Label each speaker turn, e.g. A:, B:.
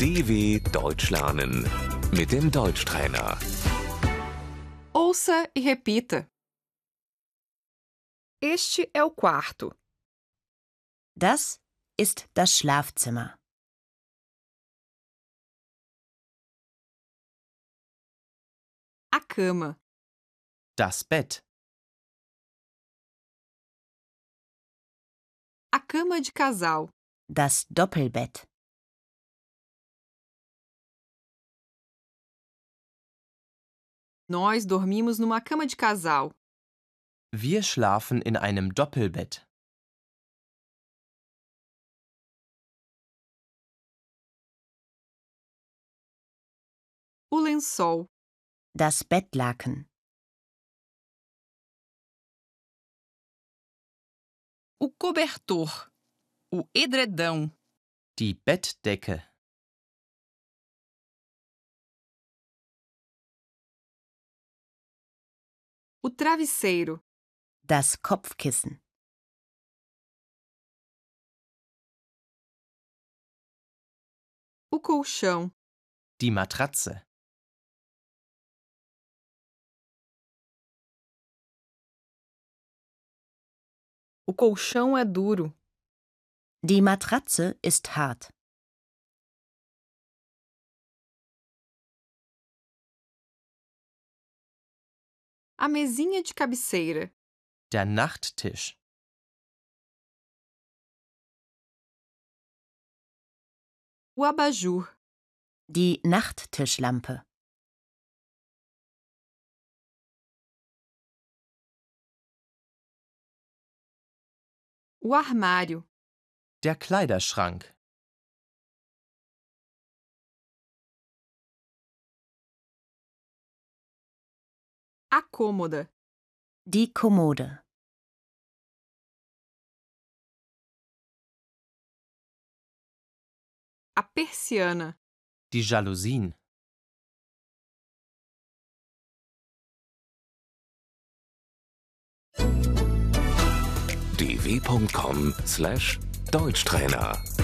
A: DW Deutsch lernen mit dem Deutschtrainer.
B: Ouça e repita. Este é o quarto.
C: Das ist das Schlafzimmer.
B: A cama.
D: Das Bett.
B: A cama de casal.
C: Das Doppelbett.
B: Nós dormimos numa cama de casal.
D: Wir schlafen in einem Doppelbett.
B: O lençol.
C: Das Bettlaken.
B: O cobertor. O edredão.
D: Die Bettdecke.
B: O travesseiro.
C: Das Kopfkissen.
B: O colchão.
D: Die Matratze.
B: O colchão é duro.
C: Die Matratze ist hart.
B: A mesinha de cabeceira.
D: Der Nachttisch.
B: O abajur.
C: Die Nachttischlampe.
B: O armário.
D: Der Kleiderschrank.
B: A cômoda.
C: Die Kommode.
B: A persiana.
D: Die Jalousien.
A: dw.com/deutschtrainer